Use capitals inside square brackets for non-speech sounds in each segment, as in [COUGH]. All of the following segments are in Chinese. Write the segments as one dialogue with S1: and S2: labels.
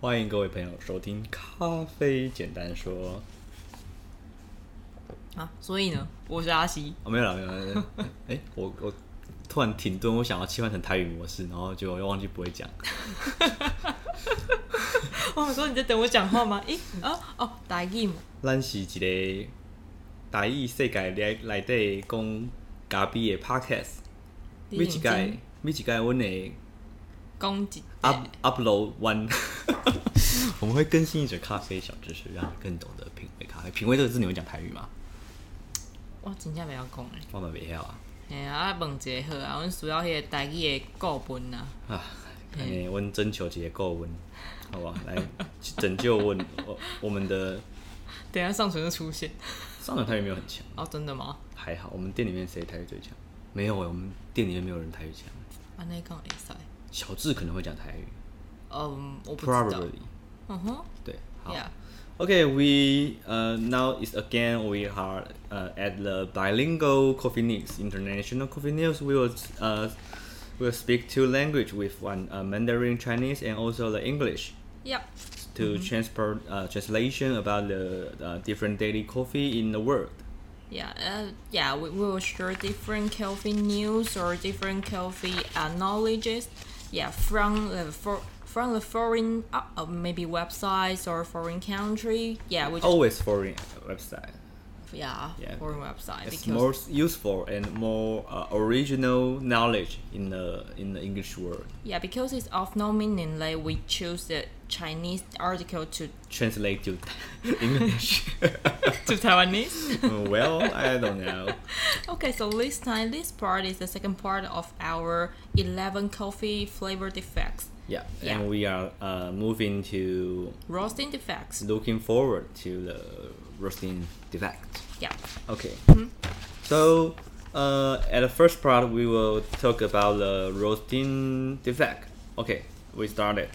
S1: 欢迎各位朋友收听《咖啡简单说》
S2: 啊，所以呢，我是阿西， [LAUGHS]
S1: 哦，没有了，没有了。哎、我我突然停顿，我想要切换成台语模式，然后就又忘记不会讲。
S2: 我想说你在等我讲话吗？ [LAUGHS] 诶、哦哦，大意嘛，
S1: 咱是一个台语世界内内底讲咖啡的 podcast，
S2: 你
S1: 每一
S2: 认
S1: 届啊
S2: 真
S1: 每一届阮会
S2: 攻击，
S1: up upload one，我们会更新一则咖啡小知识，让你更懂得品味咖啡。品味这个字，你会讲台语吗？
S2: 我真正袂晓讲诶。
S1: 我嘛袂晓啊。
S2: 嘿啊，啊问一下好啊，阮需要迄个台语的顾问啊。
S1: 啊，安尼，阮征求一个顾问，好吧，来拯救我我我们的
S2: 等一下上唇就出现。
S1: 上海台语没有很强，
S2: 哦，真的吗？
S1: 还好，我们店里面谁台语最强？没有哎、我们店里面没有人台语强，
S2: 安尼讲会使？
S1: 小智可能会讲台语
S2: 嗯，我不知道。
S1: ，probably，
S2: 嗯哼
S1: 对，好。
S2: ，Yeah，
S1: Okay, we uh, now is again we are uh, at the bilingual Coffee News International Coffee News. We will uh, will speak two language with one uh, Mandarin Chinese and also the English
S2: yeah，
S1: to transport uh, translation about the uh, different daily coffee in the world.
S2: Yeah, uh, yeah, we, we will share different coffee news or different coffee uh, knowledges. Yeah, from the for, from the foreign uh, uh, maybe websites or foreign country. Yeah, we just,
S1: Always foreign website.
S2: yeah,
S1: Oh. Yeah,
S2: foreign website
S1: It's
S2: because
S1: more useful and more uh, original knowledge in the in the English world.
S2: yeah because it's of no meaning. Like we choose the Chinese article
S1: [LAUGHS]
S2: to
S1: Translate to English.
S2: to Taiwanese.
S1: uh, well, I don't know.
S2: [LAUGHS] okay, so this time this part is the second part of our eleven coffee flavor defects,
S1: Yeah,
S2: Yeah.
S1: and we are uh, moving to
S2: roasting defects.
S1: looking forward to the roasting defect.
S2: Yeah,
S1: Okay. So, uh, at the first part, we will talk about the roasting defect. Okay, we started.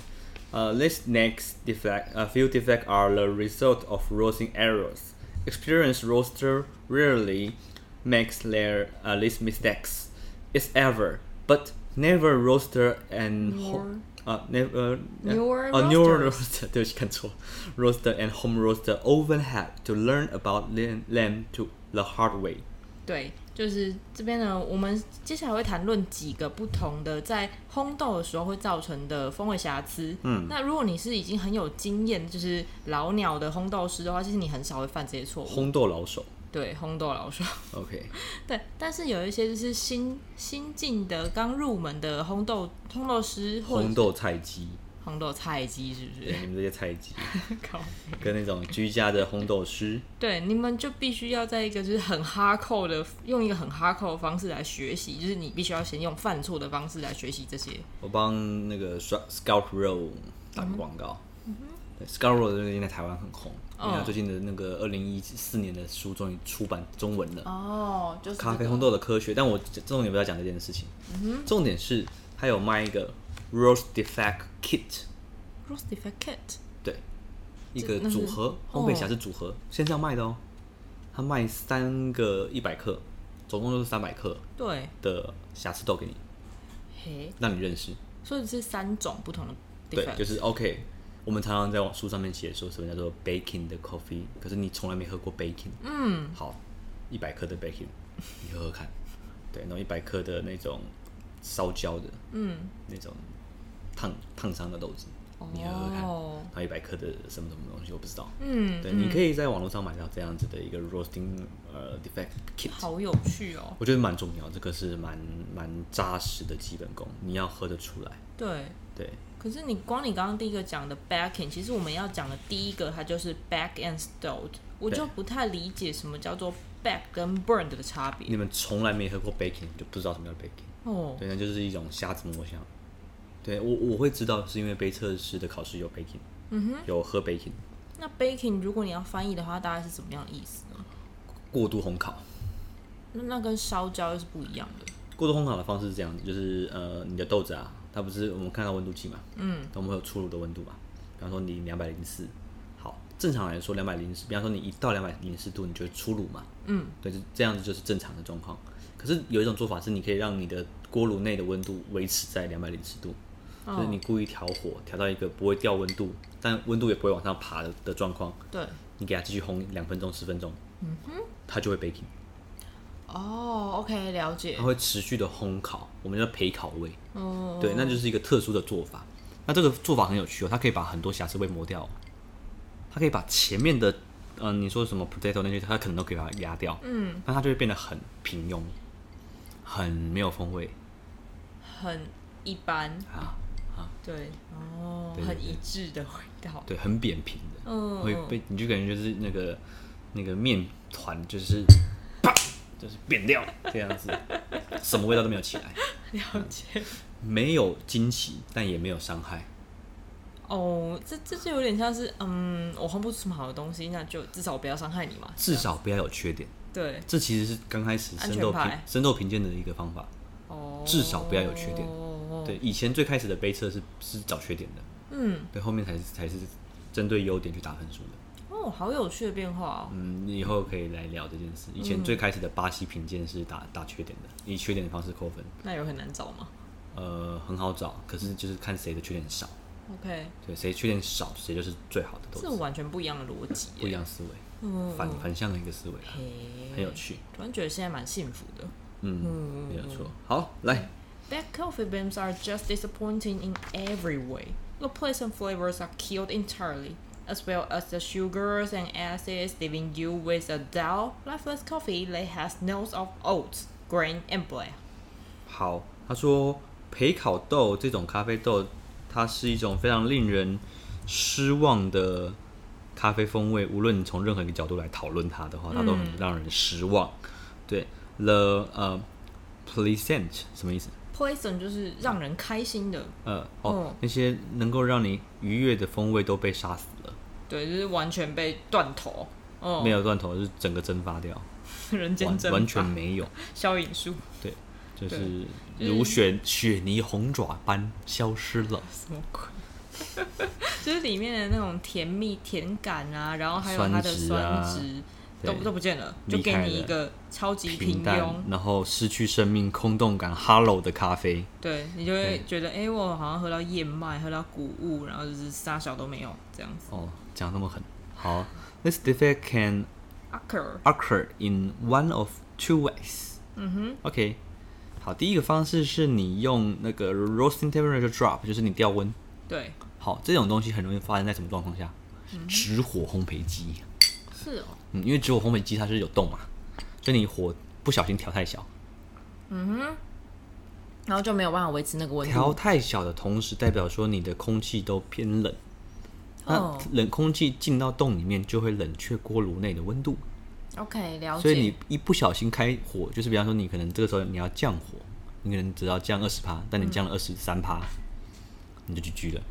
S1: Uh, this next defect, a few defects are the result of roasting errors. Experienced roaster rarely makes their uh, these mistakes, if ever, but never roaster and ho-
S2: Nor-
S1: uh, never
S2: Newer
S1: uh, newer roaster
S2: roasters.
S1: 对不起，看错。roaster and home roaster often have to learn about them, them to the hard way.
S2: 对，就是这边呢，我们接下来会谈论几个不同的在烘豆的时候会造成的风味瑕疵。嗯，那如果你是已经很有经验，就是老鸟的烘豆师的话，其实你很少会犯这些错误。对，烘豆老师。 [LAUGHS]
S1: OK，
S2: 对，但是有一些就是新新进的、刚入门的烘豆烘豆师或者
S1: 烘豆菜鸡，
S2: 烘豆菜鸡，是不
S1: 对你们这些菜鸡，
S2: 是？ [LAUGHS] 靠
S1: 跟那种居家的烘豆师，
S2: 对，你们就必须要在一个就是很哈扣的，用一个很哈扣的方式来学习，就是你必须要先用犯错的方式来学习这些。
S1: 我帮那个 Sc- Scout Row 打个广告。嗯对 Scout Row 这个应该台湾很红，因为它
S2: 嗯哦
S1: 最近的那个二零一四年的书终于出版中文了。
S2: 哦，就是
S1: 咖啡
S2: 这
S1: 烘
S2: 个
S1: 豆的科学，但我重点不要讲这件事情，重点是它有卖一个 roast defect kit，
S2: roast defect kit，
S1: 对，一个
S2: 那是
S1: 组合烘焙瑕疵组合，线上卖的哦，它卖三个一百克，总共就是三百克
S2: 对，
S1: 的瑕疵豆给你，
S2: 嘿，
S1: 让你认识，
S2: 所以是三种不同的
S1: 对，
S2: defect，
S1: 就是 OK。我们常常在网书上面写说什么叫做 baking 的 coffee，可是你从来没喝过 baking。嗯，好，一百克的 baking，你喝喝看。对，然后一百克的那种烧焦的，
S2: 嗯，
S1: 那种烫烫伤的豆子，你喝喝看。
S2: 哦
S1: 然后一百克的什么什么东西我不知道。
S2: 嗯，
S1: 对，你可以在网络上买到这样子的一个 roasting 呃 defect kit，
S2: 好有趣哦，
S1: 我觉得蛮重要，这个是蛮蛮扎实的基本功，你要喝得出来。
S2: 对。
S1: 对，
S2: 可是你光你刚刚第一个讲的 backing，其实我们要讲的第一个它就是 back and stowed，我就不太理解什么叫做 back 跟 burned 的差别
S1: 你们从来没喝过 baking，就不知道什么叫 baking。
S2: 哦。
S1: 对，那就是一种瞎子摸象。对我我会知道，是因为杯测试的考试有 baking，嗯哼，有喝 baking，
S2: 那 baking 如果你要翻译的话，大概是怎么样的意思呢？
S1: 过度烘烤。
S2: 那那跟烧焦又是不一样的。
S1: 过度烘烤的方式是这样子，就是呃，你的豆子啊，它不是我们看到温度计嘛，嗯，我们会有出炉的温度嘛，比方说你两百零四，好，正常来说两百零四，比方说你一到两百零四度，你就会出炉嘛，嗯，对，就这样子就是正常的状况。可是有一种做法是，你可以让你的锅炉内的温度维持在两百零四度，就是你故意调火调到一个不会掉温度，但温度也不会往上爬的的状况，
S2: 对，
S1: 你给它继续烘两分钟、十分钟，它就会 baking，
S2: 哦，OK，了解
S1: 它，会持续的烘烤，我们叫焙烤味。
S2: 哦，
S1: 对，那就是一个特殊的做法。那这个做法很有趣哦，它可以把很多瑕疵被磨掉哦，它可以把前面的，嗯、你说什么 potato 那些，它可能都可以把它压掉，
S2: 嗯，
S1: 那它就会变得很平庸，很没有风味
S2: 很一般，
S1: 啊，
S2: 对，哦，
S1: 对对
S2: 很
S1: 对
S2: 一致的味道，
S1: 对，很扁平的，
S2: 嗯，
S1: 会
S2: 嗯
S1: 被你就感觉就是那个那个面团就是，啪，就是扁掉这样子，什么味道都没有起来，
S2: 了解，
S1: 嗯没有惊喜，但也没有伤害。
S2: 哦，这这就有点像是，嗯，我烘不出什么好的东西，那就至少我不要伤害你嘛，
S1: 至少不要有缺点，
S2: 对，
S1: 这其实是刚开始
S2: 安
S1: 生
S2: 全
S1: 豆评
S2: 牌
S1: 生豆评鉴的一个方法。
S2: 哦，
S1: 至少不要有缺点
S2: 哦，
S1: 对，，以前最开始的杯测是是找缺点的，
S2: 嗯，
S1: 对，后面才是才是针对优点去打分数的。
S2: 哦，好有趣的变化哦，
S1: 嗯，以后可以来聊这件事。以前最开始的巴西评鉴是打打缺点的，以缺点的方式扣分，
S2: 那有很难找吗
S1: 呃，很好找，可是就是看谁的缺点少，
S2: ？OK，
S1: 对，谁缺点少，谁就是最好的豆
S2: 这
S1: 子，
S2: 完全不一样的逻辑耶，
S1: 不一样思维，
S2: 嗯，
S1: 反
S2: 嗯
S1: 反向的一个思维啊，
S2: 嘿
S1: 很有趣。
S2: 突然觉得现在蛮幸福的。
S1: 嗯，没有错。好，来，
S2: That coffee beans are just disappointing in every way. The pleasant flavors are killed entirely, as well as the sugars and acids, leaving you with a dull, lifeless coffee that has notes of oats, grain, and black.
S1: 好，他说焙烤豆这种咖啡豆，它是一种非常令人失望的咖啡风味。无论你从任何一个角度来讨论它的话，它都
S2: 嗯
S1: 很让人失望。对，the 呃 pleasant 什么意思？
S2: Pleasant 就是让人开心的，
S1: 呃，哦，
S2: 哦
S1: 那些能够让你愉悦的风味都被杀死了，
S2: 对，就是完全被断头，哦，
S1: 没有断头，就是整个蒸发掉，
S2: [LAUGHS] 人间
S1: 完
S2: 蒸
S1: 完
S2: 发
S1: 全
S2: [LAUGHS]
S1: 没有。
S2: 消隐术，
S1: 对，就
S2: 对嗯
S1: 是如雪雪泥红爪般消失了，
S2: 什么鬼？ [LAUGHS] 就是里面的那种甜蜜甜感啊，然后还有它的
S1: 酸质啊
S2: 酸质、
S1: 对
S2: 都都不见了，
S1: 离
S2: 就给
S1: 开
S2: 你一
S1: 了
S2: 个超级
S1: 平
S2: 平
S1: 淡
S2: 庸，，
S1: 然后失去生命、空洞感、hollow 的咖啡。
S2: 对你就会觉得，哎、我好像喝到燕麦，喝到谷物，然后就是啥小都没有这样子。
S1: 哦，讲那么狠。好，this defect can
S2: Occur，
S1: occur in one of two ways。
S2: 嗯哼，
S1: OK，好，第一个方式是你用那个 roasting temperature drop，就是你调温。
S2: 对，
S1: 好，这种东西很容易发生在什么状况下？
S2: 嗯
S1: 直火烘焙机。
S2: 是哦，
S1: 嗯，因为只有烘焙机它是有洞嘛，所以你火不小心调太小，
S2: 然后就没有办法维持那个温
S1: 调
S2: 度。
S1: 太小的同时，代表说你的空气都偏冷。那
S2: 哦
S1: 冷空气进到洞里面，就会冷却锅炉内的温度，
S2: OK，了解。
S1: 所以你一不小心开火，就是比方说你可能这个时候你要降火，你可能只要降二十趴，但你
S2: 嗯
S1: 降了二十三趴，你就 GG 了。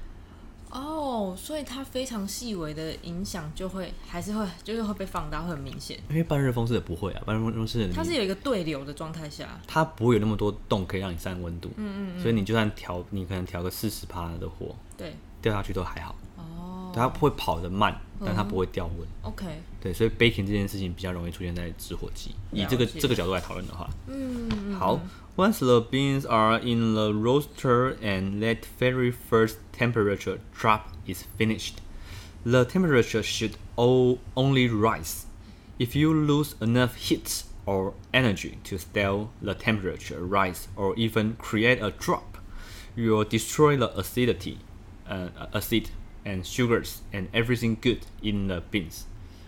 S2: 哦所以它非常细微的影响就会还是会就是会被放大，会很明显。
S1: 因为半热风式的不会啊，半热风式的你
S2: 它是有一个对流的状态下，
S1: 它不会有那么多洞可以让你散温度，嗯嗯所以你就算调，你可能调个四十趴的火
S2: 对，
S1: 掉下去都还好，
S2: 哦嗯
S1: 它会跑得慢，但它不会掉温。
S2: ，OK，
S1: 对，所以 baking 这件事情比较容易出现在直火机。以这个
S2: 了解
S1: 这个角度来讨论的话，
S2: 嗯，
S1: 好，Once the beans are in the roaster and that very first temperature drop is finished, the temperature should all only rise. If you lose enough heat or energy to stall the temperature rise or even create a drop, you will destroy the acidity, uh, acid and sugars and everything good in the beans.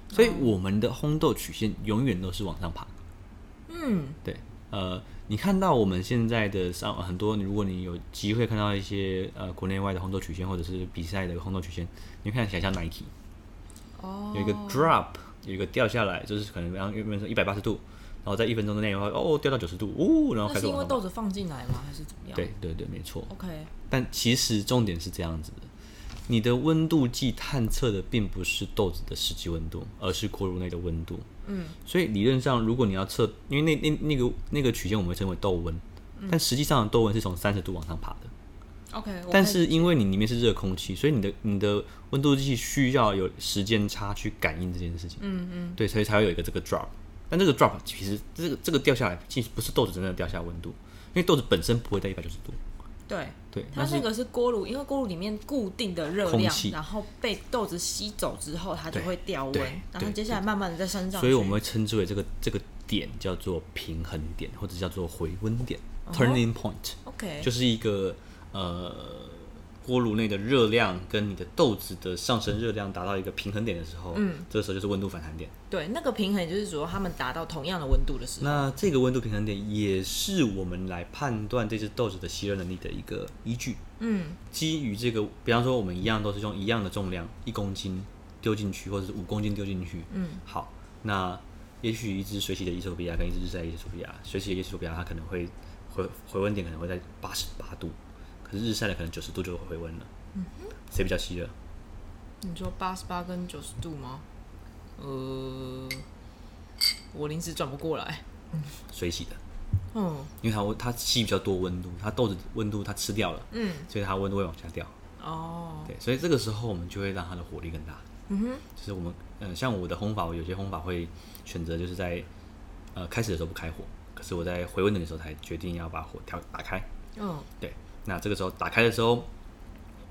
S1: 所以我们的烘豆曲线永远都是往上爬。
S2: 嗯，
S1: 对，呃，你看到我们现在的上很多，如果你有机会看到一些呃国内外的烘豆曲线，或者是比赛的烘豆曲线，你看起来像 Nike
S2: 哦，
S1: 有一个 drop，有一个掉下来，就是可能然后原本是一百八十度，然后在一分钟之内，然后哦掉到九十度，呜、然后
S2: 那
S1: 开始
S2: 是因为
S1: 往上
S2: 豆子放进来吗？还是怎么样？
S1: 对对对，没错。
S2: ，OK，
S1: 但其实重点是这样子的，你的温度计探测的并不是豆子的实际温度，而是锅炉内的温度。
S2: 嗯，
S1: 所以理论上，如果你要测，因为那那那个那个曲线我们会称为豆温，
S2: 嗯
S1: 但实际上的豆温是从三十度往上爬的。
S2: OK，我
S1: 但
S2: 可以
S1: 是因为你里面是热空气，所以你的你的温度计需要有时间差去感应这件事情。
S2: 嗯嗯，
S1: 对，所以才会有一个这个 drop。但这个 drop 其实这个这个掉下来，其实不是豆子真正的掉下温度，因为豆子本身不会在一百九十度。
S2: 对，
S1: 对，
S2: 它
S1: 但是
S2: 那个是锅炉，因为锅炉里面固定的热
S1: 空
S2: 量
S1: 气，
S2: 然后被豆子吸走之后，它就
S1: 对
S2: 会掉温
S1: 对，
S2: 然后
S1: 对
S2: 接下来慢慢的再升上去。
S1: 所以我们会称之为这个这个点叫做平衡点，或者叫做回温点 （turning point），、
S2: OK
S1: 就是一个呃锅炉内的热量跟你的豆子的上升热量达到一个平衡点的时候，嗯，这个时候就是温度反弹点。
S2: 对那个平衡，也就是说它们达到同样的温度的时候，
S1: 那这个温度平衡点也是我们来判断这只豆子的吸热能力的一个依据。
S2: 嗯，
S1: 基于这个，比方说我们一样都是用一样的重量，一公斤丢进去，或者是五公斤丢进去。嗯，好，那也许一只水洗的伊索比亚跟一只日晒伊索比亚，水洗的伊索比亚它可能会回回温点可能会在八十八度，可是日晒的可能九十度就回温了。嗯谁比较吸热？
S2: 你说八十八跟九十度吗？呃，我临时转不过来。
S1: 水洗的，
S2: 嗯
S1: 因为它它吸比较多温度，它豆子温度它吃掉了，
S2: 嗯
S1: 所以它温度会往下掉。
S2: 哦
S1: 对，所以这个时候我们就会让它的火力更大。
S2: 嗯哼
S1: 就是我们呃，像我的烘法，我有些烘法会选择就是在呃开始的时候不开火，可是我在回温的时候才决定要把火调打开。
S2: 嗯
S1: 对，那这个时候打开的时候，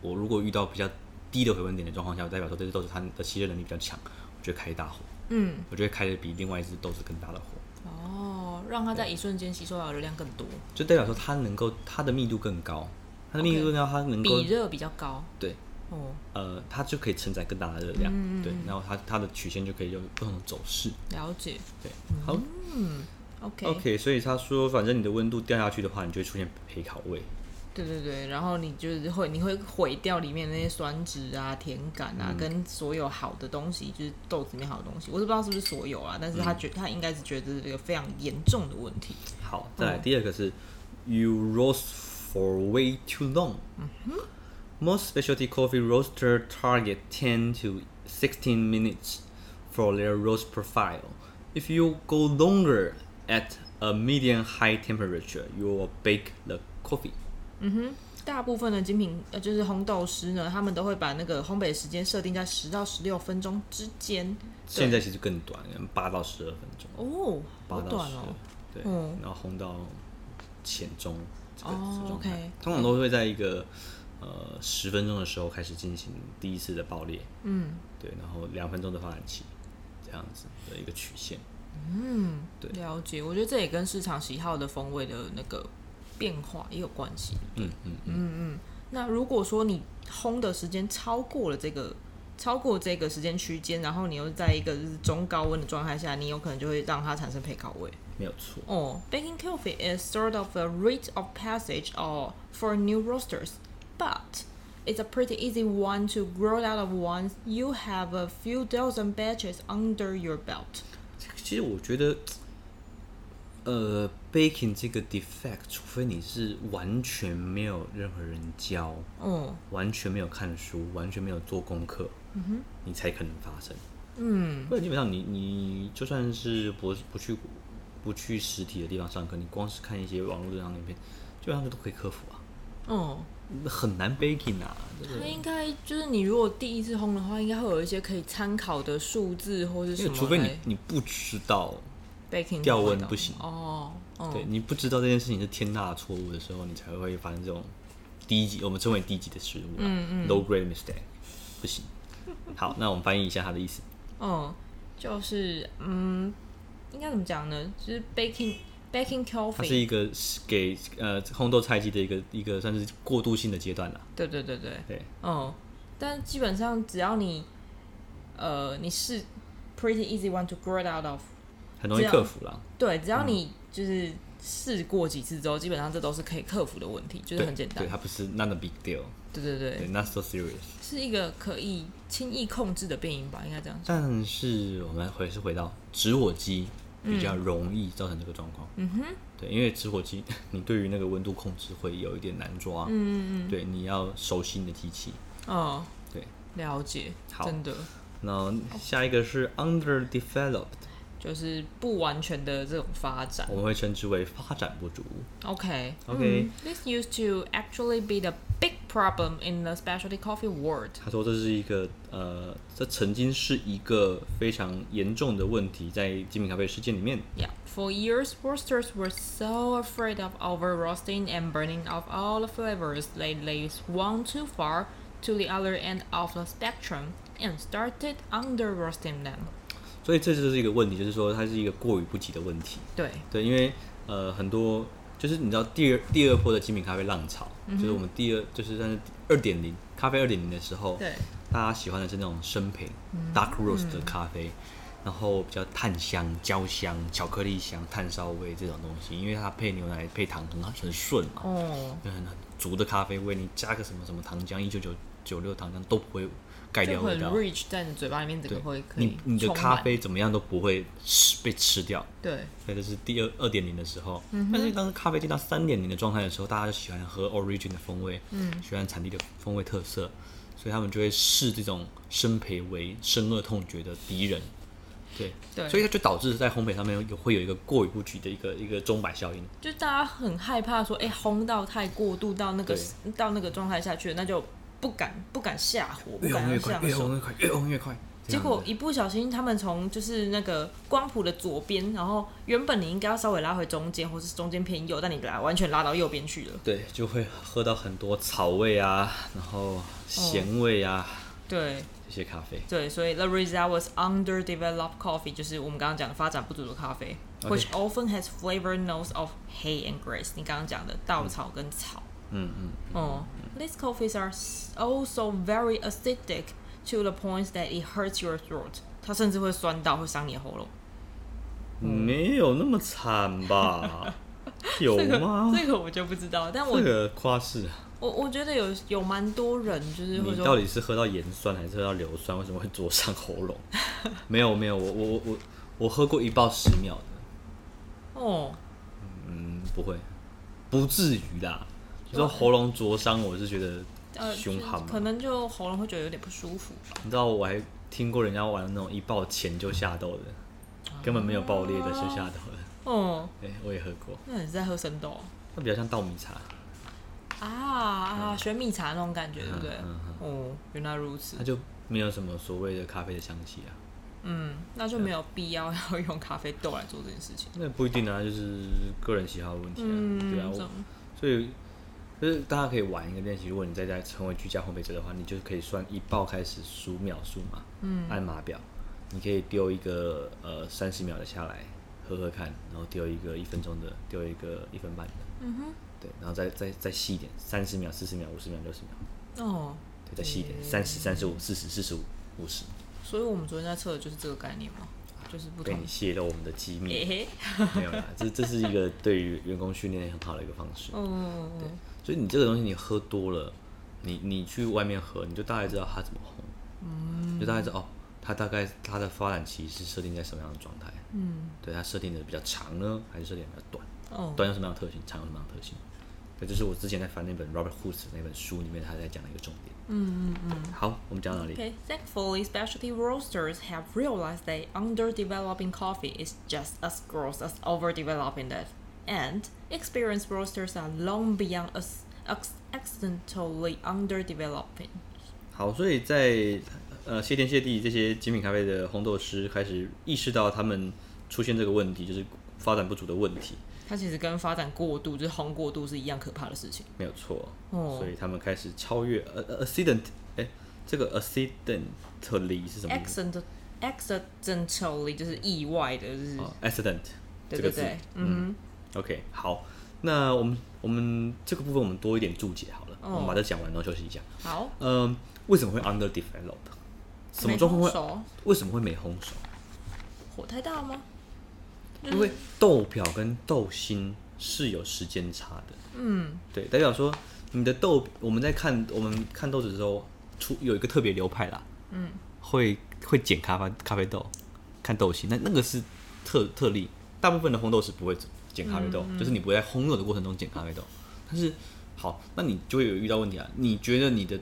S1: 我如果遇到比较低的回温点的状况下，代表说这只豆子它的吸热能力比较强，我就会开大火，
S2: 嗯
S1: 我就会开的比另外一只豆子更大的火，
S2: 哦，让它在一瞬间吸收到的热量更多，
S1: 就代表说它能够它的密度更高，它的密度更高，它能够
S2: 比热比较高
S1: 对。
S2: 哦，
S1: 呃，它就可以承载更大的热量，对，然后它它的曲线就可以有不同的走势，
S2: 了解。嗯
S1: 对，好，
S2: OK
S1: OK，所以他说，反正你的温度掉下去的话，你就会出现焙烤味。
S2: 对对对，然后你就是会你会毁掉里面那些酸质啊、甜感啊，
S1: 嗯
S2: 跟所有好的东西，就是豆子里面好的东西。我是不知道是不是所有啊，
S1: 嗯
S2: 但是他觉、他应该是觉得这个非常严重的问题。
S1: 好，再来第二个是、You roast for way too long。Most specialty coffee roaster target 10 to 16 minutes for their roast profile. If you go longer at a medium high temperature, you will bake the coffee. 嗯
S2: 大部分的精品呃，就是烘豆师呢，他们都会把那个烘焙时间设定在十到十六分钟之间。
S1: 现在其实更短，八到十二分钟，
S2: 哦，好
S1: 八到
S2: 短
S1: 十、
S2: 哦。
S1: 对，
S2: 嗯
S1: 然后烘到浅中这个、
S2: 哦
S1: 这个状态
S2: OK
S1: 通常都会在一个呃十分钟的时候开始进行第一次的爆裂，
S2: 嗯，
S1: 对，然后两分钟的发展期，这样子的一个曲线。对
S2: 了解。我觉得这也跟市场喜好的风味的那个变化也有关系。
S1: 嗯嗯嗯，
S2: 那如果说你烘的时间超过了这个，超过这个时间区间，然后你又在一个就是中高温的状态下，你有可能就会让它产生焙烤味。
S1: 没有错。
S2: 哦、b a k i n g coffee is sort of a rite of passage or for new roasters, but it's a pretty easy one to grow out of once you have a few dozen batches under your belt.
S1: 这个其实我觉得，呃，baking 这个 defect，除非你是完全没有任何人教，
S2: 哦、
S1: 完全没有看书，完全没有做功课，你才可能发生。
S2: 嗯，
S1: 不然基本上你你就算是不不去不去实体的地方上课，你光是看一些网络上的影片，基本上都可以克服啊。
S2: 哦、
S1: 很难 baking 啊，这个
S2: 它应该就是你如果第一次烘的话，应该会有一些可以参考的数字或是
S1: 因
S2: 什
S1: 为
S2: 么来。
S1: 除非你你不知道，
S2: baking
S1: 掉
S2: 的味
S1: 温
S2: 道
S1: 不行
S2: 哦，哦
S1: 对你不知道这件事情是天大的错误的时候，你才会发生这种低级，我们称为低级的失误、啊，l
S2: 嗯
S1: o w grade mistake，不行。好，那我们翻译一下它的意思。
S2: 嗯，就是嗯，应该怎么讲呢？就是 baking baking
S1: 它是
S2: coffee，
S1: 一个给呃烘豆菜鸡的一个一个算是过渡性的阶段了、
S2: 对对对对，
S1: 对，
S2: 嗯，但基本上只要你呃你是 pretty easy one to grow it out of，
S1: 很容易
S2: 这样
S1: 克服了。
S2: 对，只要
S1: 嗯
S2: 你就是试过几次之后，基本上这都是可以克服的问题，就是
S1: 对
S2: 很简单
S1: 对，，它不是 not a big deal，
S2: 对对对，
S1: 对，not so serious。
S2: 是一个可以轻易控制的变音吧，应该这样讲。
S1: 但是我们还是回到直火机比较容易造成这个状况。嗯哼，对，因为直火机 [LAUGHS] 你对于那个温度控制会有一点难抓。嗯嗯对，你要熟悉你的机器。
S2: 哦，
S1: 对，
S2: 了解，
S1: 好
S2: 真的。
S1: 那下一个是 underdeveloped，
S2: 就就是不完全的这种发展。
S1: 我们会称之为发展不足。
S2: Okay.
S1: Okay.
S2: Mm, this used to actually be the big problem in the specialty coffee world.
S1: 他说这是一个呃，这曾经是一个非常严重的问题，在精品咖啡事件里面。
S2: Yeah. For years, roasters were so afraid of over roasting and burning off all the flavors that they swung too far to the other end of the spectrum and started under roasting them.
S1: 所以这就是一个问题，就是说它是一个过于不及的问题。
S2: 对，
S1: 对，因为呃很多就是你知道第二第二波的精品咖啡浪潮，
S2: 嗯
S1: 就是我们第二就是算是二点零咖啡二点零的时候，
S2: 对，嗯
S1: 大家喜欢的是那种生焙、dark roast 的咖啡，然后比较炭香、焦香、巧克力香、炭烧味这种东西，因为它配牛奶配糖很好很顺嘛，
S2: 哦，
S1: 就很很足的咖啡味，你加个什么什么糖浆一九九九六糖浆都不会盖
S2: 就
S1: 掉味
S2: 很
S1: 道。
S2: rich，在你嘴巴里面整
S1: 对
S2: 个会，可以
S1: 你你的
S2: 充
S1: 咖
S2: 满
S1: 啡怎么样都不会吃被吃掉，
S2: 对，
S1: 所以这是第二二点零的时候。但是当咖啡进到三点零的状态的时候，大家就喜欢喝 origin 的风味，嗯，喜欢产地的风味特色，所以他们就会视这种生培为深恶痛绝的敌人。对，
S2: 对
S1: 所以它就导致在烘焙上面有会有一个过于不及的一个一个钟摆效应。
S2: 就大家很害怕说，哎、烘到太过度到那个到那个状态下去，那就不敢不敢下火，不敢要下手。
S1: 越快，越烘越快。
S2: 结果一不小心，他们从就是那个光谱的左边，然后原本你应该要稍微拉回中间，或是中间偏右，但你拉完全拉到右边去了。
S1: 对，就会喝到很多草味啊，然后咸味啊、
S2: 对
S1: 这些咖啡。
S2: 对，所以 the result was underdeveloped coffee，就是我们刚刚讲的发展不足的咖啡
S1: OK
S2: which often has flavor notes of hay and grass。你刚刚讲的稻草跟草。
S1: 嗯嗯，
S2: Oh, these coffees are s- also very acidic to the point that it hurts your throat. 它甚至会酸到，会伤你的喉咙。
S1: 没有那么惨 [LAUGHS] 吧？有
S2: 这个
S1: 哦吗？
S2: 这个我就不知道，但我
S1: 这个夸饰，啊
S2: 我我觉得有有蛮多人就是会
S1: 你
S2: 说，
S1: 到底是喝到盐酸还是喝到硫酸？为什么会灼伤喉咙？ [LAUGHS] 没有没有，我我我我我喝过一爆十秒的，
S2: 哦，
S1: 嗯，不会，不至于啦。你说喉咙灼伤，我是觉
S2: 呃，
S1: 得凶
S2: 就是
S1: 悍
S2: 可
S1: 嘛。
S2: 能就喉咙会觉得有点不舒服吧。
S1: 你知道我还听过人家玩那种一爆前就下豆的，根本没有爆裂的就下豆的。
S2: 哦，
S1: 哎、我也喝过，
S2: 那你是在喝生豆
S1: 它比较像稻米茶，
S2: 啊啊，玄米茶那种感觉，对不对
S1: 嗯？
S2: 哦，原来如此
S1: 它。就没有什么所谓的咖啡的香气啊。
S2: 嗯，那就没有必要要用咖啡豆来做这件事情。
S1: 那不一定啊，就是个人喜好的问题啊，
S2: 嗯，
S1: 对啊，
S2: 这种
S1: 我所以就是大家可以玩一个练习。如果你在家成为居家烘焙者的话，你就可以算一爆开始数秒数嘛，嗯，按码表，你可以丢一个呃三十秒的下来喝喝看，然后丢一个一分钟的，丢一个一分半的，嗯哼，对，然后再再再细一点，三十秒、四十秒、五十秒、六十秒，
S2: 哦，
S1: 对，再细一点，三十、三十五、四十、四十五、五十，
S2: 所以我们昨天在测的就是这个概念嘛，就是不
S1: 被
S2: 同
S1: 你。泄露我们的机密
S2: 嘿，嘿，
S1: 没有啦，这这是一个对于员工训练很好的一个方式。
S2: 嗯，
S1: 所以你这个东西你喝多了，你你去外面喝，你就大概知道它怎么烘，嗯，就大概知道哦，它大概它的发展期是设定在什么样的状态，嗯，对，它设定的比较长呢，还是设定的比较短，
S2: 哦，
S1: 短有什么样的特性，长有什么样的特性，对，这是我之前在翻那本 Robert Hooks 那本书里面他在讲的一个重点，嗯嗯嗯，好，我们讲到哪里？
S2: Okay, thankfully, specialty roasters have realized that underdeveloping coffee is just as gross as overdeveloping it, and experienced roasters are long beyond as ex- accidentally underdeveloping.
S1: 好，所以在呃谢天谢地，这些精品咖啡的烘豆师开始意识到他们出现这个问题，就是发展不足的问题，
S2: 它其实跟发展过度，就是红过度是一样可怕的事情。
S1: 没有错。
S2: 哦
S1: 所以他们开始超越呃呃 accident，哎、这个 accidentally 是什么意思
S2: accident accidentally 就是意外的，就是、
S1: 哦 accident 这
S2: 对对
S1: 个字。
S2: 对，嗯
S1: OK，好，那我们我们这个部分我们多一点注解好了，
S2: 哦
S1: 我们把这讲完，然后休息一下。
S2: 哼，好，
S1: 嗯，为什么会 underdevelop？什么
S2: 没
S1: 状况
S2: 空
S1: 会？
S2: 手
S1: 为什么会没烘熟？
S2: 火太大吗？
S1: 因为豆表跟豆心是有时间差的。
S2: 嗯，
S1: 对，代表说你的豆，我们在看我们看豆子的时候，出有一个特别流派啦，
S2: 嗯，
S1: 会会剪咖啡咖啡豆，看豆心，那那个是特特例，大部分的烘豆是不会剪咖啡豆，就是你不会在烘豆的过程中剪咖啡豆。但是好，那你就会有遇到问题啊，你觉得你的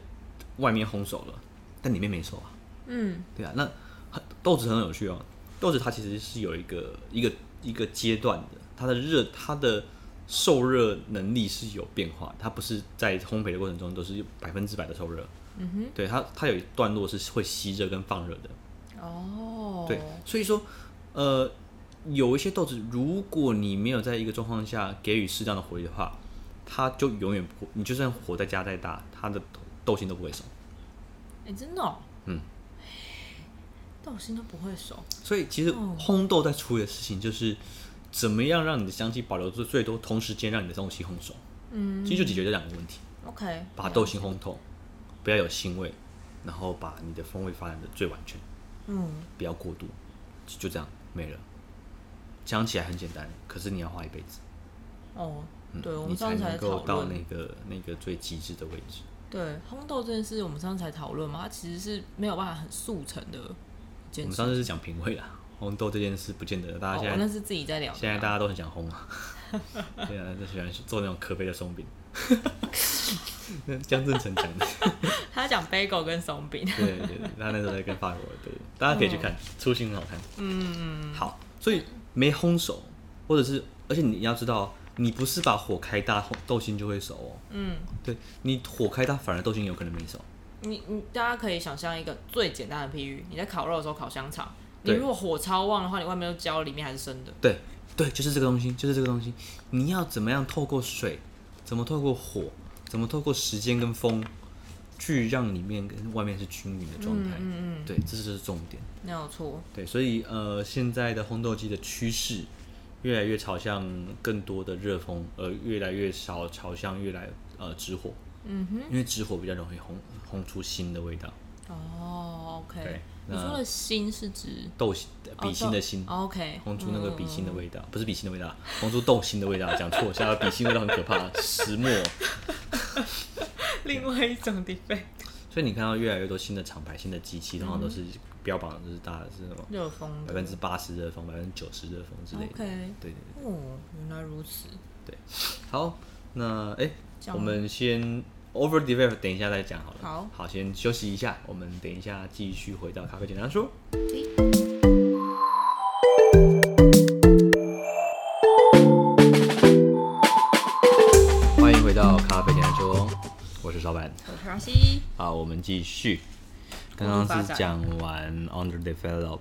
S1: 外面烘熟了，但里面没熟啊，
S2: 嗯，
S1: 对啊，那很豆子很有趣哦。豆子它其实是有一个一个一个阶段的，它的热它的受热能力是有变化，它不是在烘焙的过程中都是百分之百的受热。
S2: 嗯哼，
S1: 对它它有一段落是会吸热跟放热的。
S2: 哦，
S1: 对，所以说，呃，有一些豆子，如果你没有在一个状况下给予适当的活力的话，它就永远不，你就算火再加再大，它的豆性都不会熟。
S2: 哎、真的、哦，
S1: 嗯，
S2: 豆心都不会熟，
S1: 所以其实
S2: 哦
S1: 烘豆在处理的事情就是，怎么样让你的香气保留住最多，同时间让你的东西烘熟，
S2: 嗯
S1: 其实就解决这两个问题：
S2: ，OK，
S1: 把豆心烘透，不要有腥味，然后把你的风味发展的最完全，
S2: 嗯，
S1: 不要过度，就就这样没了。讲起来很简单，可是你要花一辈子。
S2: 哦，
S1: 嗯
S2: 对，我
S1: 你
S2: 们上次
S1: 才
S2: 才
S1: 能够
S2: 讨
S1: 到
S2: 论，
S1: 那个那个最极致的位置。
S2: 对，烘豆这件事，我们上次才讨论嘛，它其实是没有办法很速成的一
S1: 我
S2: 件
S1: 们
S2: 事。
S1: 上次是讲品味啦，烘豆这件事不见得大
S2: 哦
S1: 家，现在、
S2: 那是自己在聊的啊。
S1: 现在大家都很想烘 [LAUGHS] 啊，现在都喜欢做那种可悲的松饼。 [LAUGHS] 那江正成讲 [LAUGHS] 的，
S2: 他讲 bagel 跟松饼， [LAUGHS]
S1: 对对对，他那时候在跟法国的，对，大家可以去看，初心很好看。嗯，好，所以没烘熟，或者是，而且你要知道，你不是把火开大，烘豆心就会熟哦。
S2: 嗯，
S1: 对你火开大，反而豆心有可能没熟。
S2: 你你大家可以想象一个最简单的譬喻，你在烤肉的时候烤香肠，你
S1: 对
S2: 如果火超旺的话，你外面都焦，里面还是生的。
S1: 对对，就是这个东西，就是这个东西。你要怎么样透过水，怎么透过火，怎么透过时间跟风，去让里面跟外面是均匀的状态。
S2: 嗯嗯
S1: 对，这就是重点。
S2: 嗯，没有错。
S1: 对，所以呃，现在的烘豆机的趋势越来越朝向更多的热风，而越来越少朝向越来呃直火，
S2: 嗯哼，
S1: 因为直火比较容易烘烘出新的味道。
S2: 哦，OK
S1: 对。
S2: 你
S1: 那嗯
S2: 说的心是指
S1: 豆心
S2: 哦
S1: 比心的
S2: 豆
S1: 心，
S2: 哦，OK，
S1: 烘出那个比心的味道，不是比心的味道，烘出豆心的味道，讲错，现在比心味道很可怕，石墨。
S2: [LAUGHS] 另外一种 defect，
S1: 所以你看到越来越多新的厂牌、新的机器，通常都是标榜就是大是什么
S2: 热风
S1: 百分之八十热风、百分之九十热风之类的。
S2: 嗯 OK，
S1: 对对
S2: 哦，原来如此。
S1: 对，好，那哎、
S2: 这样
S1: 我们先 over develop，等一下再讲好了。
S2: 好
S1: 好，先休息一下，我们等一下继续回到咖啡简单说。欢迎回到咖啡简单说，我是老板。
S2: 我是阿西，
S1: 好，我们继续。刚
S2: 过度发
S1: 刚是
S2: 展
S1: 讲完 underdeveloped，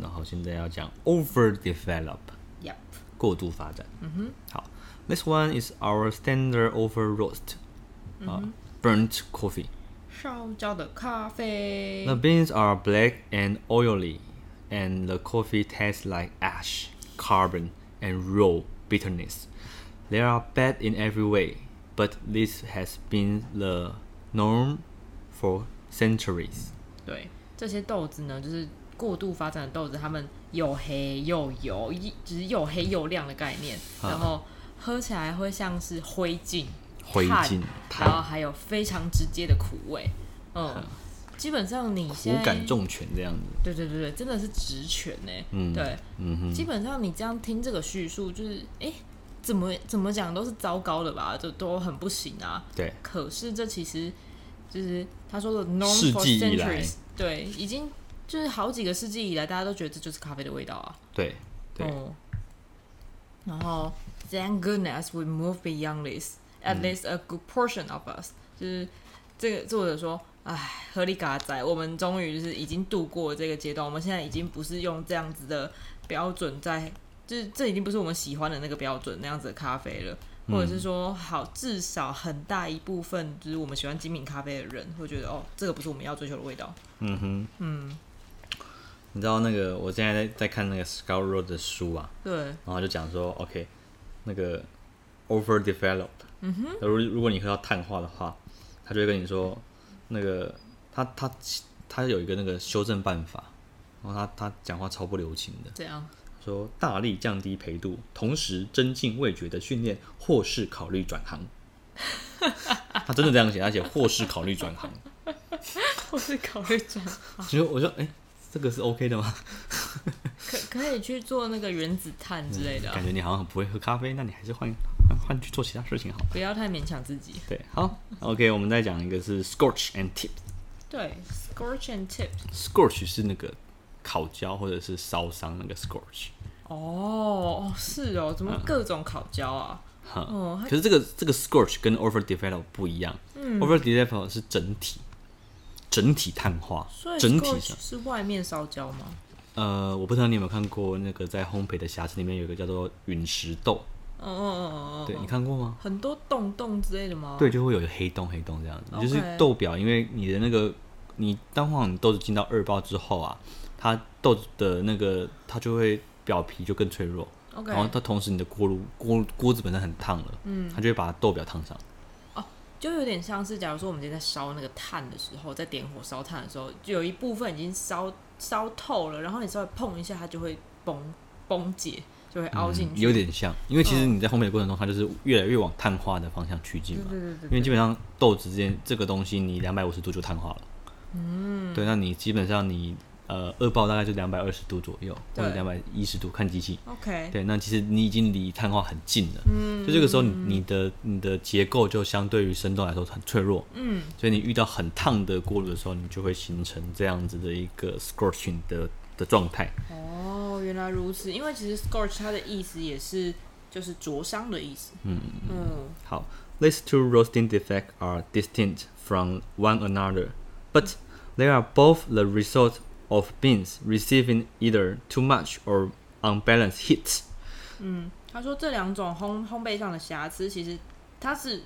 S1: 然后现在要讲 overdevelop，
S2: Yep
S1: 过度发展。嗯哼。好，this one is our standard over roast，啊、burnt coffee。
S2: 烧焦的咖啡
S1: The beans are black and oily, and the coffee tastes like ash, carbon, and raw bitterness. They are bad in every way, but this has been the norm for centuries.
S2: 对，这些豆子呢，就是过度发展的豆子，它们又黑又油，一就是又黑又亮的概念，
S1: 啊
S2: 然后喝起来会像是灰烬、
S1: 灰
S2: 炭
S1: 烬炭
S2: 然后还有非常直接的苦味。嗯，基本上你现
S1: 五
S2: 在
S1: 啊感重拳这样子，
S2: 对对对对，真的是直拳呢、
S1: 嗯
S2: 对，
S1: 嗯哼，
S2: 基本上你这样听这个叙述，就是诶，怎么怎么讲都是糟糕的吧，就都很不行啊。
S1: 对，
S2: 可是这其实就是他说的 norm
S1: 世
S2: for
S1: 纪以来
S2: centuries，对，已经就是好几个世纪以来，大家都觉得这就是咖啡的味道啊。
S1: 对，对
S2: 哦然后 thank goodness we move beyond this, at least a good portion of us，、就是这个作者说。唉，合理嘎仔，我们终于就是已经度过这个阶段，我们现在已经不是用这样子的标准在，就是这已经不是我们喜欢的那个标准那样子的咖啡了。或者是说好，至少很大一部分就是我们喜欢精品咖啡的人会觉得，哦，这个不是我们要追求的味道。
S1: 嗯哼，嗯。你知道那个，我现在在在看那个 Scott Road 的书啊，
S2: 对，
S1: 然后就讲说，OK，那个 overdeveloped，嗯哼，如如果你喝到碳化的话，他就会跟你说，那个他他他有一个那个修正办法，然后他他讲话超不留情的，
S2: 这样
S1: 说大力降低培度，同时增进味觉的训练，或是考虑转 [LAUGHS] 行。他真的这样写，而且或是考虑转 [LAUGHS] 行，
S2: 我是考虑转，
S1: 其实我说，哎、这个是 OK 的吗？
S2: 可可以去做那个原子炭之类的啊、
S1: 嗯感觉你好像很不会喝咖啡，那你还是换换换去做其他事情好了。
S2: 不要太勉强自己。
S1: 对，好，OK，我们再讲一个是 scorch and tip。
S2: 对，scorch and tip，
S1: scorch 是那个烤焦或者是烧伤那个 scorch。
S2: 哦，是哦，怎么各种烤焦啊？
S1: 嗯哈、
S2: 哦它
S1: 可是这个这个 scorch 跟 over develop 不一样、o
S2: 嗯
S1: v e r develop 是整体整体碳化
S2: 所，以
S1: 整
S2: scotch
S1: 体上。
S2: 是外面烧焦吗？
S1: 呃，我不知道你有没有看过那个在烘焙的匣子里面有一个叫做陨石豆，
S2: 哦哦哦哦
S1: 对
S2: 哦，
S1: 你看过吗？
S2: 很多洞洞之类的吗？
S1: 对，，就会有黑洞黑洞这样子，
S2: 哦 OK
S1: 就是豆表，因为你的那个你当黄豆子进到二爆之后啊，它豆子的那个它就会表皮就更脆弱
S2: OK
S1: 然后它同时你的锅炉锅锅子本身很烫了，嗯，它就会把豆表烫伤。
S2: 就有点像是，假如说我们今天在烧那个炭的时候，在点火烧炭的时候，就有一部分已经烧烧透了，然后你稍微碰一下，它就会崩崩解，就会凹进
S1: 嗯
S2: 去、
S1: 有点像，因为其实你在烘焙的过程中，它就是越来越往碳化的方向趋近
S2: 对
S1: 嘛。
S2: 对对对
S1: 因为
S2: 对，
S1: 基本上豆子之间这个东西，你两百五十度就碳化了。嗯，对，那你基本上你呃二爆大概就两百二十度左右，或者
S2: 对
S1: 两百一十度，看机器。
S2: OK，
S1: 对，那其实你已经离碳化很近了。嗯，就这个时候你你的你的结构就相对于生豆来说很脆弱。
S2: 嗯，
S1: 所以你遇到很烫的锅炉的时候，你就会形成这样子的一个 scorching 的的状态。
S2: 哦，原来如此，因为其实 scorch 它的意思也是就是灼伤的意思，嗯嗯
S1: 好，these two roasting defects are distinct from one another, but they are both the result of beans receiving either too much or unbalanced heat。
S2: 嗯，他说这两种烘烘焙上的瑕疵其实它是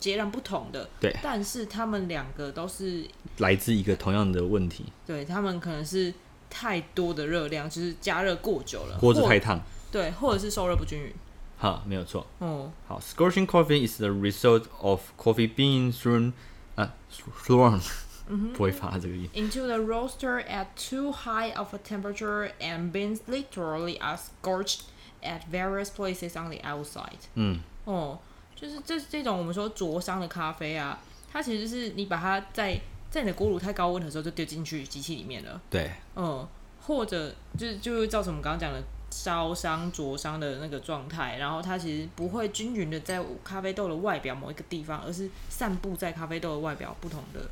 S2: 截然不同的，
S1: 对
S2: 但是它们两个都是
S1: 来自一个同样的问题，
S2: 对他们可能是太多的热量，就是加热过久了，
S1: 锅子
S2: 啊或
S1: 太烫。
S2: 对，或者是受热不均匀。
S1: 哈，没有错。
S2: 哦，
S1: 好，scorching coffee is the result of coffee being thrown 啊 thrown，、不 [LAUGHS]
S2: Mm-hmm.
S1: 会发这个音。
S2: Into the roaster at too high of a temperature, and beans literally are scorched at various places on the outside.
S1: 嗯，
S2: 哦，就是这这种我们说灼伤的咖啡啊，它其实是你把它在在你的锅炉太高温的时候就丢进去机器里面了。
S1: 对，
S2: 嗯，或者就是就是造成我们刚刚讲的烧伤、灼伤的那个状态，然后它其实不会均匀的在咖啡豆的外表某一个地方，而是散布在咖啡豆的外表不同的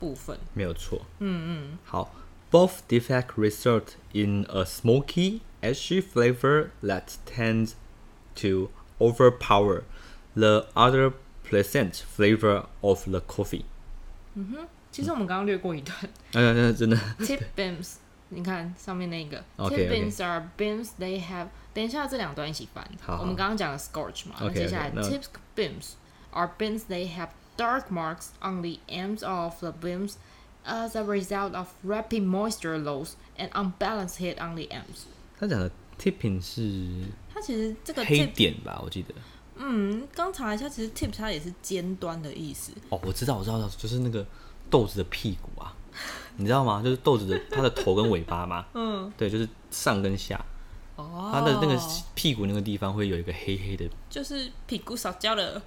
S2: 部分。
S1: 没有错。
S2: 嗯嗯，
S1: 好，both defect result in a smoky, ashy flavor that tends to overpower the other pleasant flavor of the coffee。
S2: 其实我们刚刚略过一段
S1: 哎呀，那真的
S2: [LAUGHS] tip beams，你看上面那个
S1: OK，OK
S2: tip beams are beams they have。等一下，这两段一起翻。
S1: 好好
S2: 我们刚刚讲的 scorch 嘛那
S1: OK，OK，
S2: 接下来
S1: 那
S2: tip beams are beams they have dark marks on the ends of the beams as a result of rapid moisture loss and unbalanced heat on the ends。
S1: 他讲的 tipping 是
S2: 它其实这个
S1: 黑
S2: tip，
S1: 点吧？我记得。
S2: 嗯，刚查一下，其实 tip 它也是尖端的意思。
S1: 哦，我知道，我知道，就是那个豆子的屁股啊， [LAUGHS] 你知道吗？就是豆子的它的头跟尾巴
S2: [LAUGHS]
S1: 嘛。嗯。对，就是上跟下，
S2: 哦，
S1: 它的那个屁股那个地方会有一个黑黑的。
S2: 就是屁股烧焦了。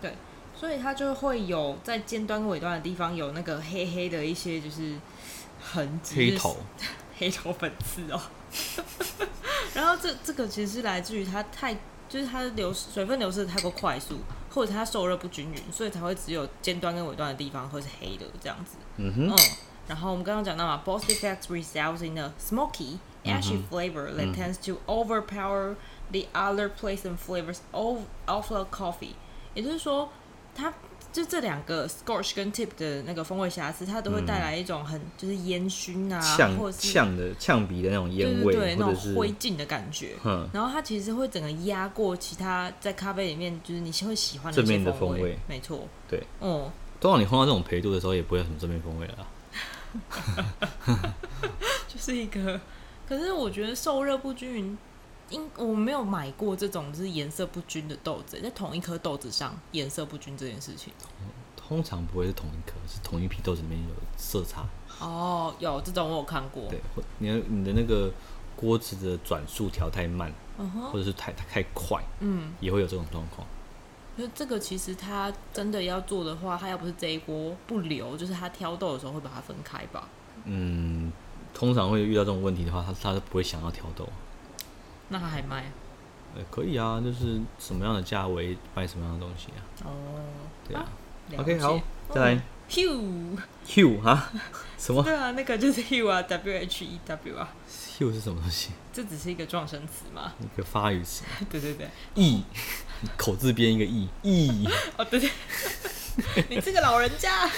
S2: 对，所以它就会有在尖端尾端的地方有那个黑黑的一些就是痕迹，
S1: 黑
S2: 就是
S1: 头，
S2: 黑头粉刺哦。 [LAUGHS] 然后这这个其实是来自于它太就是它流失水分流失的太过快速，或者它受热不均匀，所以才会只有尖端跟尾端的地方会是黑的这样子。
S1: 嗯哼，
S2: 嗯，然后我们刚刚讲到嘛，both effects results in a smoky,
S1: 嗯
S2: ashy flavor that tends to overpower the other pleasant flavors of of the coffee。也就是说，它就这两个 scorch 跟 tip 的那个风味瑕疵，它都会带来一种很就是烟熏啊，或
S1: 嗯呛
S2: 者是
S1: 呛的呛鼻的那种
S2: 对
S1: 烟
S2: 对
S1: 味，
S2: 对那
S1: 或
S2: 种
S1: 者是
S2: 灰烬的感觉。
S1: 嗯
S2: 然后它其实会整个压过其他在咖啡里面，就是你会喜欢的一
S1: 正
S2: 些
S1: 面的风
S2: 味
S1: 味。
S2: 没错，
S1: 对，
S2: 哦、
S1: 通常你烘到这种焙度的时候，也不会有什么正面风味了啊。
S2: 就是一个，可是我觉得受热不均匀，因我没有买过这种就是颜色不均的豆子，在同一颗豆子上颜色不均这件事情。
S1: 通常不会是同一颗，是同一批豆子里面有色差。
S2: 哦，有这种我有看过。
S1: 对，或你的你的那个锅子的转速调太慢，
S2: 嗯哼，
S1: 或者是太太快，
S2: 嗯，
S1: 也会有这种状况。
S2: 就这个其实它真的要做的话，它要不是这一锅不留，就是它挑豆的时候会把它分开吧。
S1: 嗯，通常会遇到这种问题的话，他他都不会想要挑豆。
S2: 那它还卖？啊
S1: 呃，可以啊，就是什么样的价位卖什么样的东西啊。
S2: 哦，
S1: 对啊
S2: 了解。哦
S1: ，OK，好，再来
S2: 哦。Q
S1: Q 哈 [LAUGHS] 什么
S2: 对啊，那个就是 hew 啊，w h e w 啊，
S1: hue 是什么东西？
S2: 这只是一个撞声词嘛？ [LAUGHS]
S1: 一个发语词
S2: 对对对，
S1: [LAUGHS] ，e，口字边一个 E e，e，
S2: 哦对对，你这个老人家。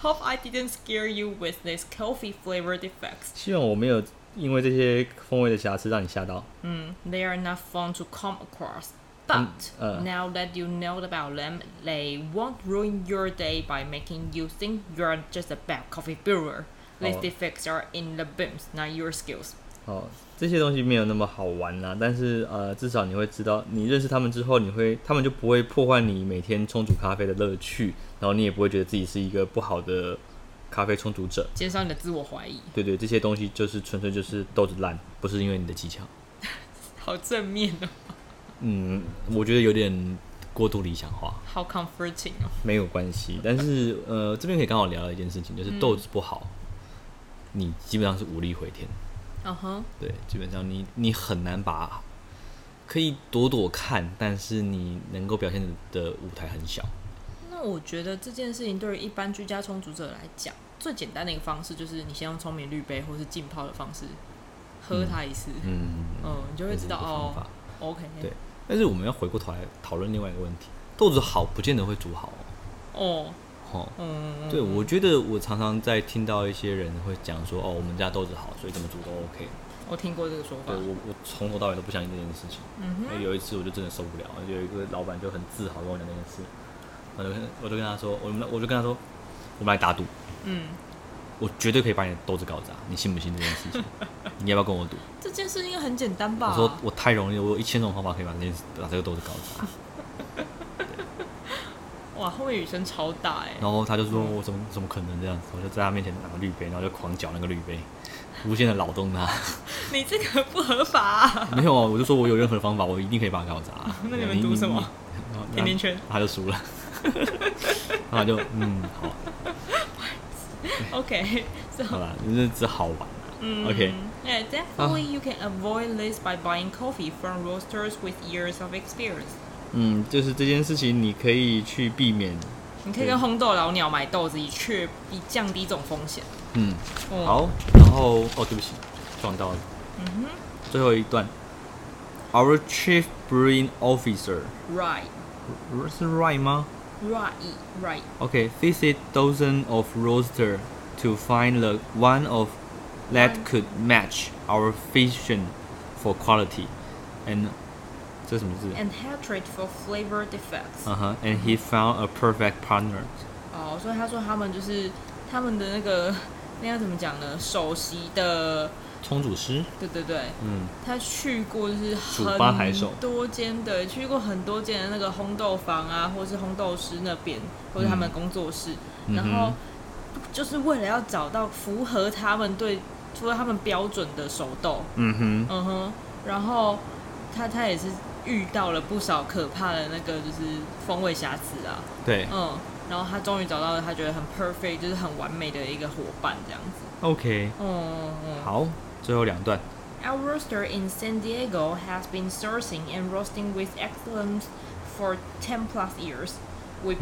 S2: Hope I didn't scare you with these coffee flavor defects.
S1: 希望我没有因为这些风味的瑕疵让你吓到。
S2: Mm, they are not fun to come across. But
S1: uh.
S2: now that you know about them, they won't ruin your day by making you think you're just a bad coffee brewer. These
S1: Oh.
S2: defects are in the beams, not your skills.
S1: 哦，这些东西没有那么好玩啦、但是呃，至少你会知道，你认识他们之后，你会他们就不会破坏你每天冲煮咖啡的乐趣，然后你也不会觉得自己是一个不好的咖啡冲煮者。
S2: 减少你的自我怀疑，
S1: 对对，这些东西就是纯粹就是豆子烂，不是因为你的技巧。
S2: 好正面哦，
S1: 嗯，我觉得有点过度理想化，
S2: 好 comforting 哦。
S1: 没有关系。但是呃，这边可以刚好聊到一件事情，就是豆子不好，你基本上是无力回天。
S2: 嗯哼，
S1: 对，基本上你你很难把可以躲躲看，但是你能够表现的舞台很小。
S2: 那我觉得这件事情对于一般居家冲煮者来讲，最简单的一个方式就是你先用聪明滤杯或是浸泡的方式喝它一次，嗯，
S1: 嗯，
S2: 你就会知道
S1: 这是一个方法
S2: 哦。，OK，
S1: 对，但是我们要回过头来讨论另外一个问题：豆子好不见得会煮好
S2: 哦，
S1: 哦。哦
S2: 嗯，
S1: 对，我觉得我常常在听到一些人会讲说，哦，我们家豆子好，所以怎么煮都 OK。
S2: 我听过这个说法
S1: 对，我，我从头到尾都不相信这件事情。嗯有一次我就真的受不了，有一个老板就很自豪跟我讲这件事，我就跟我就跟他说，我们我就跟他说，我们来打赌，
S2: 嗯，
S1: 我绝对可以把你的豆子搞砸，你信不信这件事
S2: [LAUGHS]
S1: 情？你要不要跟我赌？
S2: 这件事应该很简单
S1: 我
S2: 吧？
S1: 说我太容易了，我有一千种方法可以把这件把这个豆子搞砸。
S2: 哇，后面雨声超大哎、
S1: 然后他就说我怎么怎么可能这样子？我就在他面前拿个绿杯，然后就狂搅那个绿杯，无限的扰动他。
S2: 你这个不合法、啊，
S1: [LAUGHS] 没有啊，我就说我有任何方法，我一定可以把它搞砸。
S2: 那你们赌什么？
S1: [LAUGHS] 然后嗯
S2: 甜甜圈
S1: 他就输了。然后就 [LAUGHS] 嗯好，
S2: [LAUGHS] ，OK，so、
S1: 好啦，就是只好玩啦。OK，
S2: 嗯
S1: Ah.
S2: Yeah, definitely you can avoid this by buying coffee from roasters with years of experience.
S1: 嗯，就是这件事情你可以去避免。
S2: 你可以跟烘豆老鸟买豆子，以确以降低这种风险。
S1: 嗯，
S2: 嗯，
S1: 好，然后哦，对不起，撞到了。最后一段，Our Chief Brewing Officer
S2: ，right,
S1: 是 right 吗
S2: right, right，
S1: ？OK, visit dozen of roaster to find the one of that could match our vision for quality and 这什么字
S2: and hatred for flavor defects.
S1: 嗯哼 and he found a perfect partner.
S2: 哦，所以他说他们就是他们的那个那要怎么讲呢？首席的，
S1: 冲煮师，
S2: 对对对，
S1: 嗯，
S2: 他去过就是
S1: 主巴海手
S2: 很多间的，去过很多间的那个烘豆房啊，或是烘豆师那边，或是他们的工作室，
S1: 嗯
S2: 然
S1: 嗯
S2: 后就是为了要找到符合他们对符合他们标准的手豆，
S1: 嗯哼，
S2: 嗯哼，然后他他也是遇到了不少可怕的那个就是风味瑕疵啊，
S1: 对
S2: 嗯，然后他终于找到了他觉得很 perfect，就是很完美的一个伙伴这样子，
S1: ，OK，
S2: 嗯嗯。
S1: 好，最后两段。
S2: Our roaster in San Diego has been sourcing and roasting with excellence for 10 plus years. We,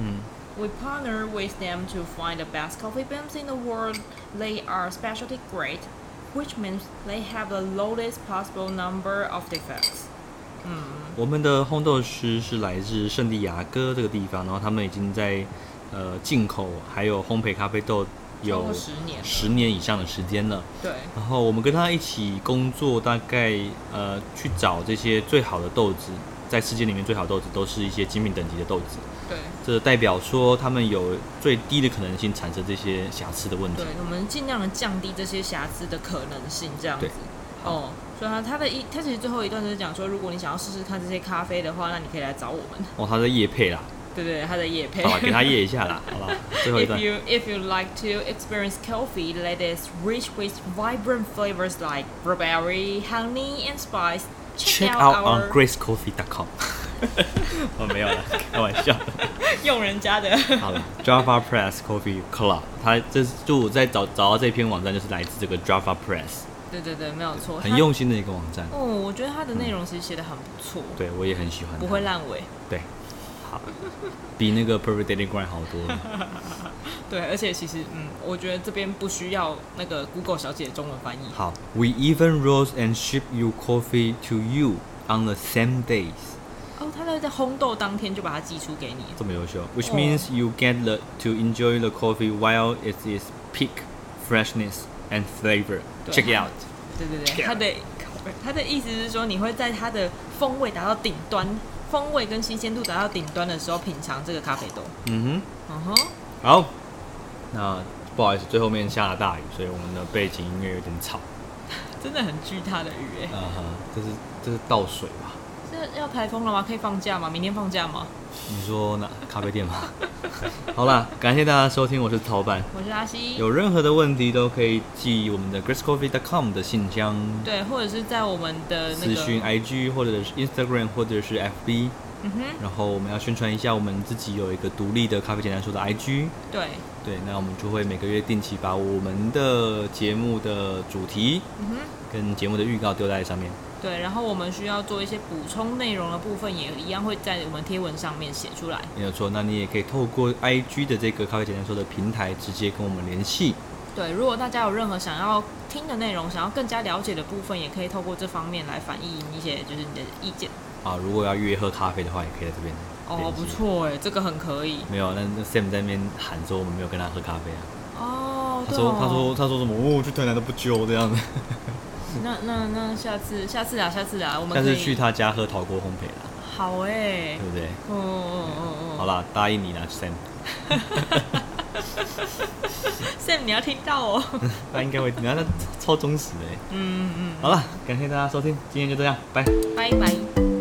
S2: we partner with them to find the best coffee beans in the world. They are specialty grade, which means they have the lowest possible number of defects.
S1: 我们的烘豆师是来自圣地亚哥这个地方，然后他们已经在呃进口还有烘焙咖啡豆
S2: 超
S1: 有
S2: 过十年了
S1: 十年以上的时间了。
S2: 对，
S1: 然后我们跟他一起工作，大概呃去找这些最好的豆子，在世界里面最好的豆子都是一些精品等级的豆子，
S2: 对，
S1: 这代表说他们有最低的可能性产生这些瑕疵的问题
S2: 对。，我们尽量的降低这些瑕疵的可能性，这样子
S1: 对。
S2: 哦，所以他他的一，他其实最后一段就是讲说，如果你想要试试看这些咖啡的话，那你可以来找我们。 [LAUGHS]
S1: 哦，他在夜配啦，
S2: 对对，他的夜配。
S1: 好吧，
S2: [LAUGHS]
S1: 给他夜一下啦，好吧，最后一
S2: If
S1: 段。
S2: you if you like to experience coffee that is rich with vibrant flavors like strawberry, honey, and spice, check,
S1: Check
S2: out,
S1: out
S2: our
S1: on
S2: [LAUGHS]
S1: gracecoffee.com 。哦，没有了，开玩笑。
S2: 用人家的。 [LAUGHS]
S1: 好了，Java Press Coffee Club，它这是就我在找找到这篇网站，就是来自这个 Java Press，
S2: 对对对，没有错。
S1: 很
S2: 它。
S1: 用心的一个网站。
S2: 哦，我觉得它的内容其实写的很不错，
S1: 对我也很喜欢它。
S2: 不会烂尾。
S1: 对，
S2: 好。
S1: 比那个 Perfect Daily Grind 好多了。
S2: [LAUGHS] 对，而且其实嗯，我觉得这边不需要那个 Google 小姐的中文翻译。
S1: 好，We even roast and ship you coffee to you on the same days，
S2: 哦，他在在烘豆当天就把它寄出给你。
S1: 这么优秀，which
S2: 哦
S1: means you get the to enjoy the coffee while it is peak freshness and flavor。
S2: 对
S1: Check it out。
S2: 对对对，他的他的意思是说，你会在它的风味达到顶端，风味跟新鲜度达到顶端的时候，品尝这个咖啡豆。
S1: 嗯
S2: 嗯哼，
S1: 哼，好。那不好意思，最后面下了大雨，所以我们的背景音乐有点吵。
S2: 真的很巨大的雨哎
S1: 啊、哈，这是这是倒水吧？，
S2: 这要台风了吗？可以放假吗？明天放假吗？
S1: 你说哪咖啡店吗？ [LAUGHS] 好啦，感谢大家收听，我是曹板。
S2: 我是阿西。
S1: 有任何的问题都可以寄我们的 gracecoffee.com 的信箱、
S2: 对，或者是在我们的那
S1: 私
S2: 个
S1: 讯 IG 或者是 Instagram 或者是 FB。
S2: 嗯哼，
S1: 然后我们要宣传一下，我们自己有一个独立的咖啡简单说的 IG。
S2: 对，
S1: 对，那我们就会每个月定期把我们的节目的主题
S2: 嗯哼。
S1: 跟节目的预告丢在上面。
S2: 对，然后我们需要做一些补充内容的部分，也一样会在我们贴文上面写出来。
S1: 没有错，那你也可以透过 IG 的这个咖啡简单说的平台直接跟我们联系。
S2: 对，如果大家有任何想要听的内容，想要更加了解的部分，也可以透过这方面来反映一些就是你的意见。
S1: 啊，如果要约喝咖啡的话，也可以在这边。
S2: 哦，不。错哎，这个很可以。
S1: 没有，那那 Sam 在那边喊说我们没有跟他喝咖啡啊。
S2: 哦，
S1: 他
S2: 对
S1: 说
S2: 哦
S1: 他说他说什么？哦，去台南都不揪这样子。
S2: 那那那下次下次啊，下次啊，我们
S1: 下
S2: 可
S1: 次
S2: 以
S1: 去他家喝陶锅烘焙啦，
S2: 好哎
S1: 对，不对？
S2: 哦哦哦哦，
S1: 好啦，答应你啦，Sam。
S2: ，Sam 你要听到哦。
S1: 他应该会，你看他超忠实的欸。
S2: 嗯嗯
S1: 好啦，感谢大家收听，今天就这样，拜。
S2: 嗯，拜拜。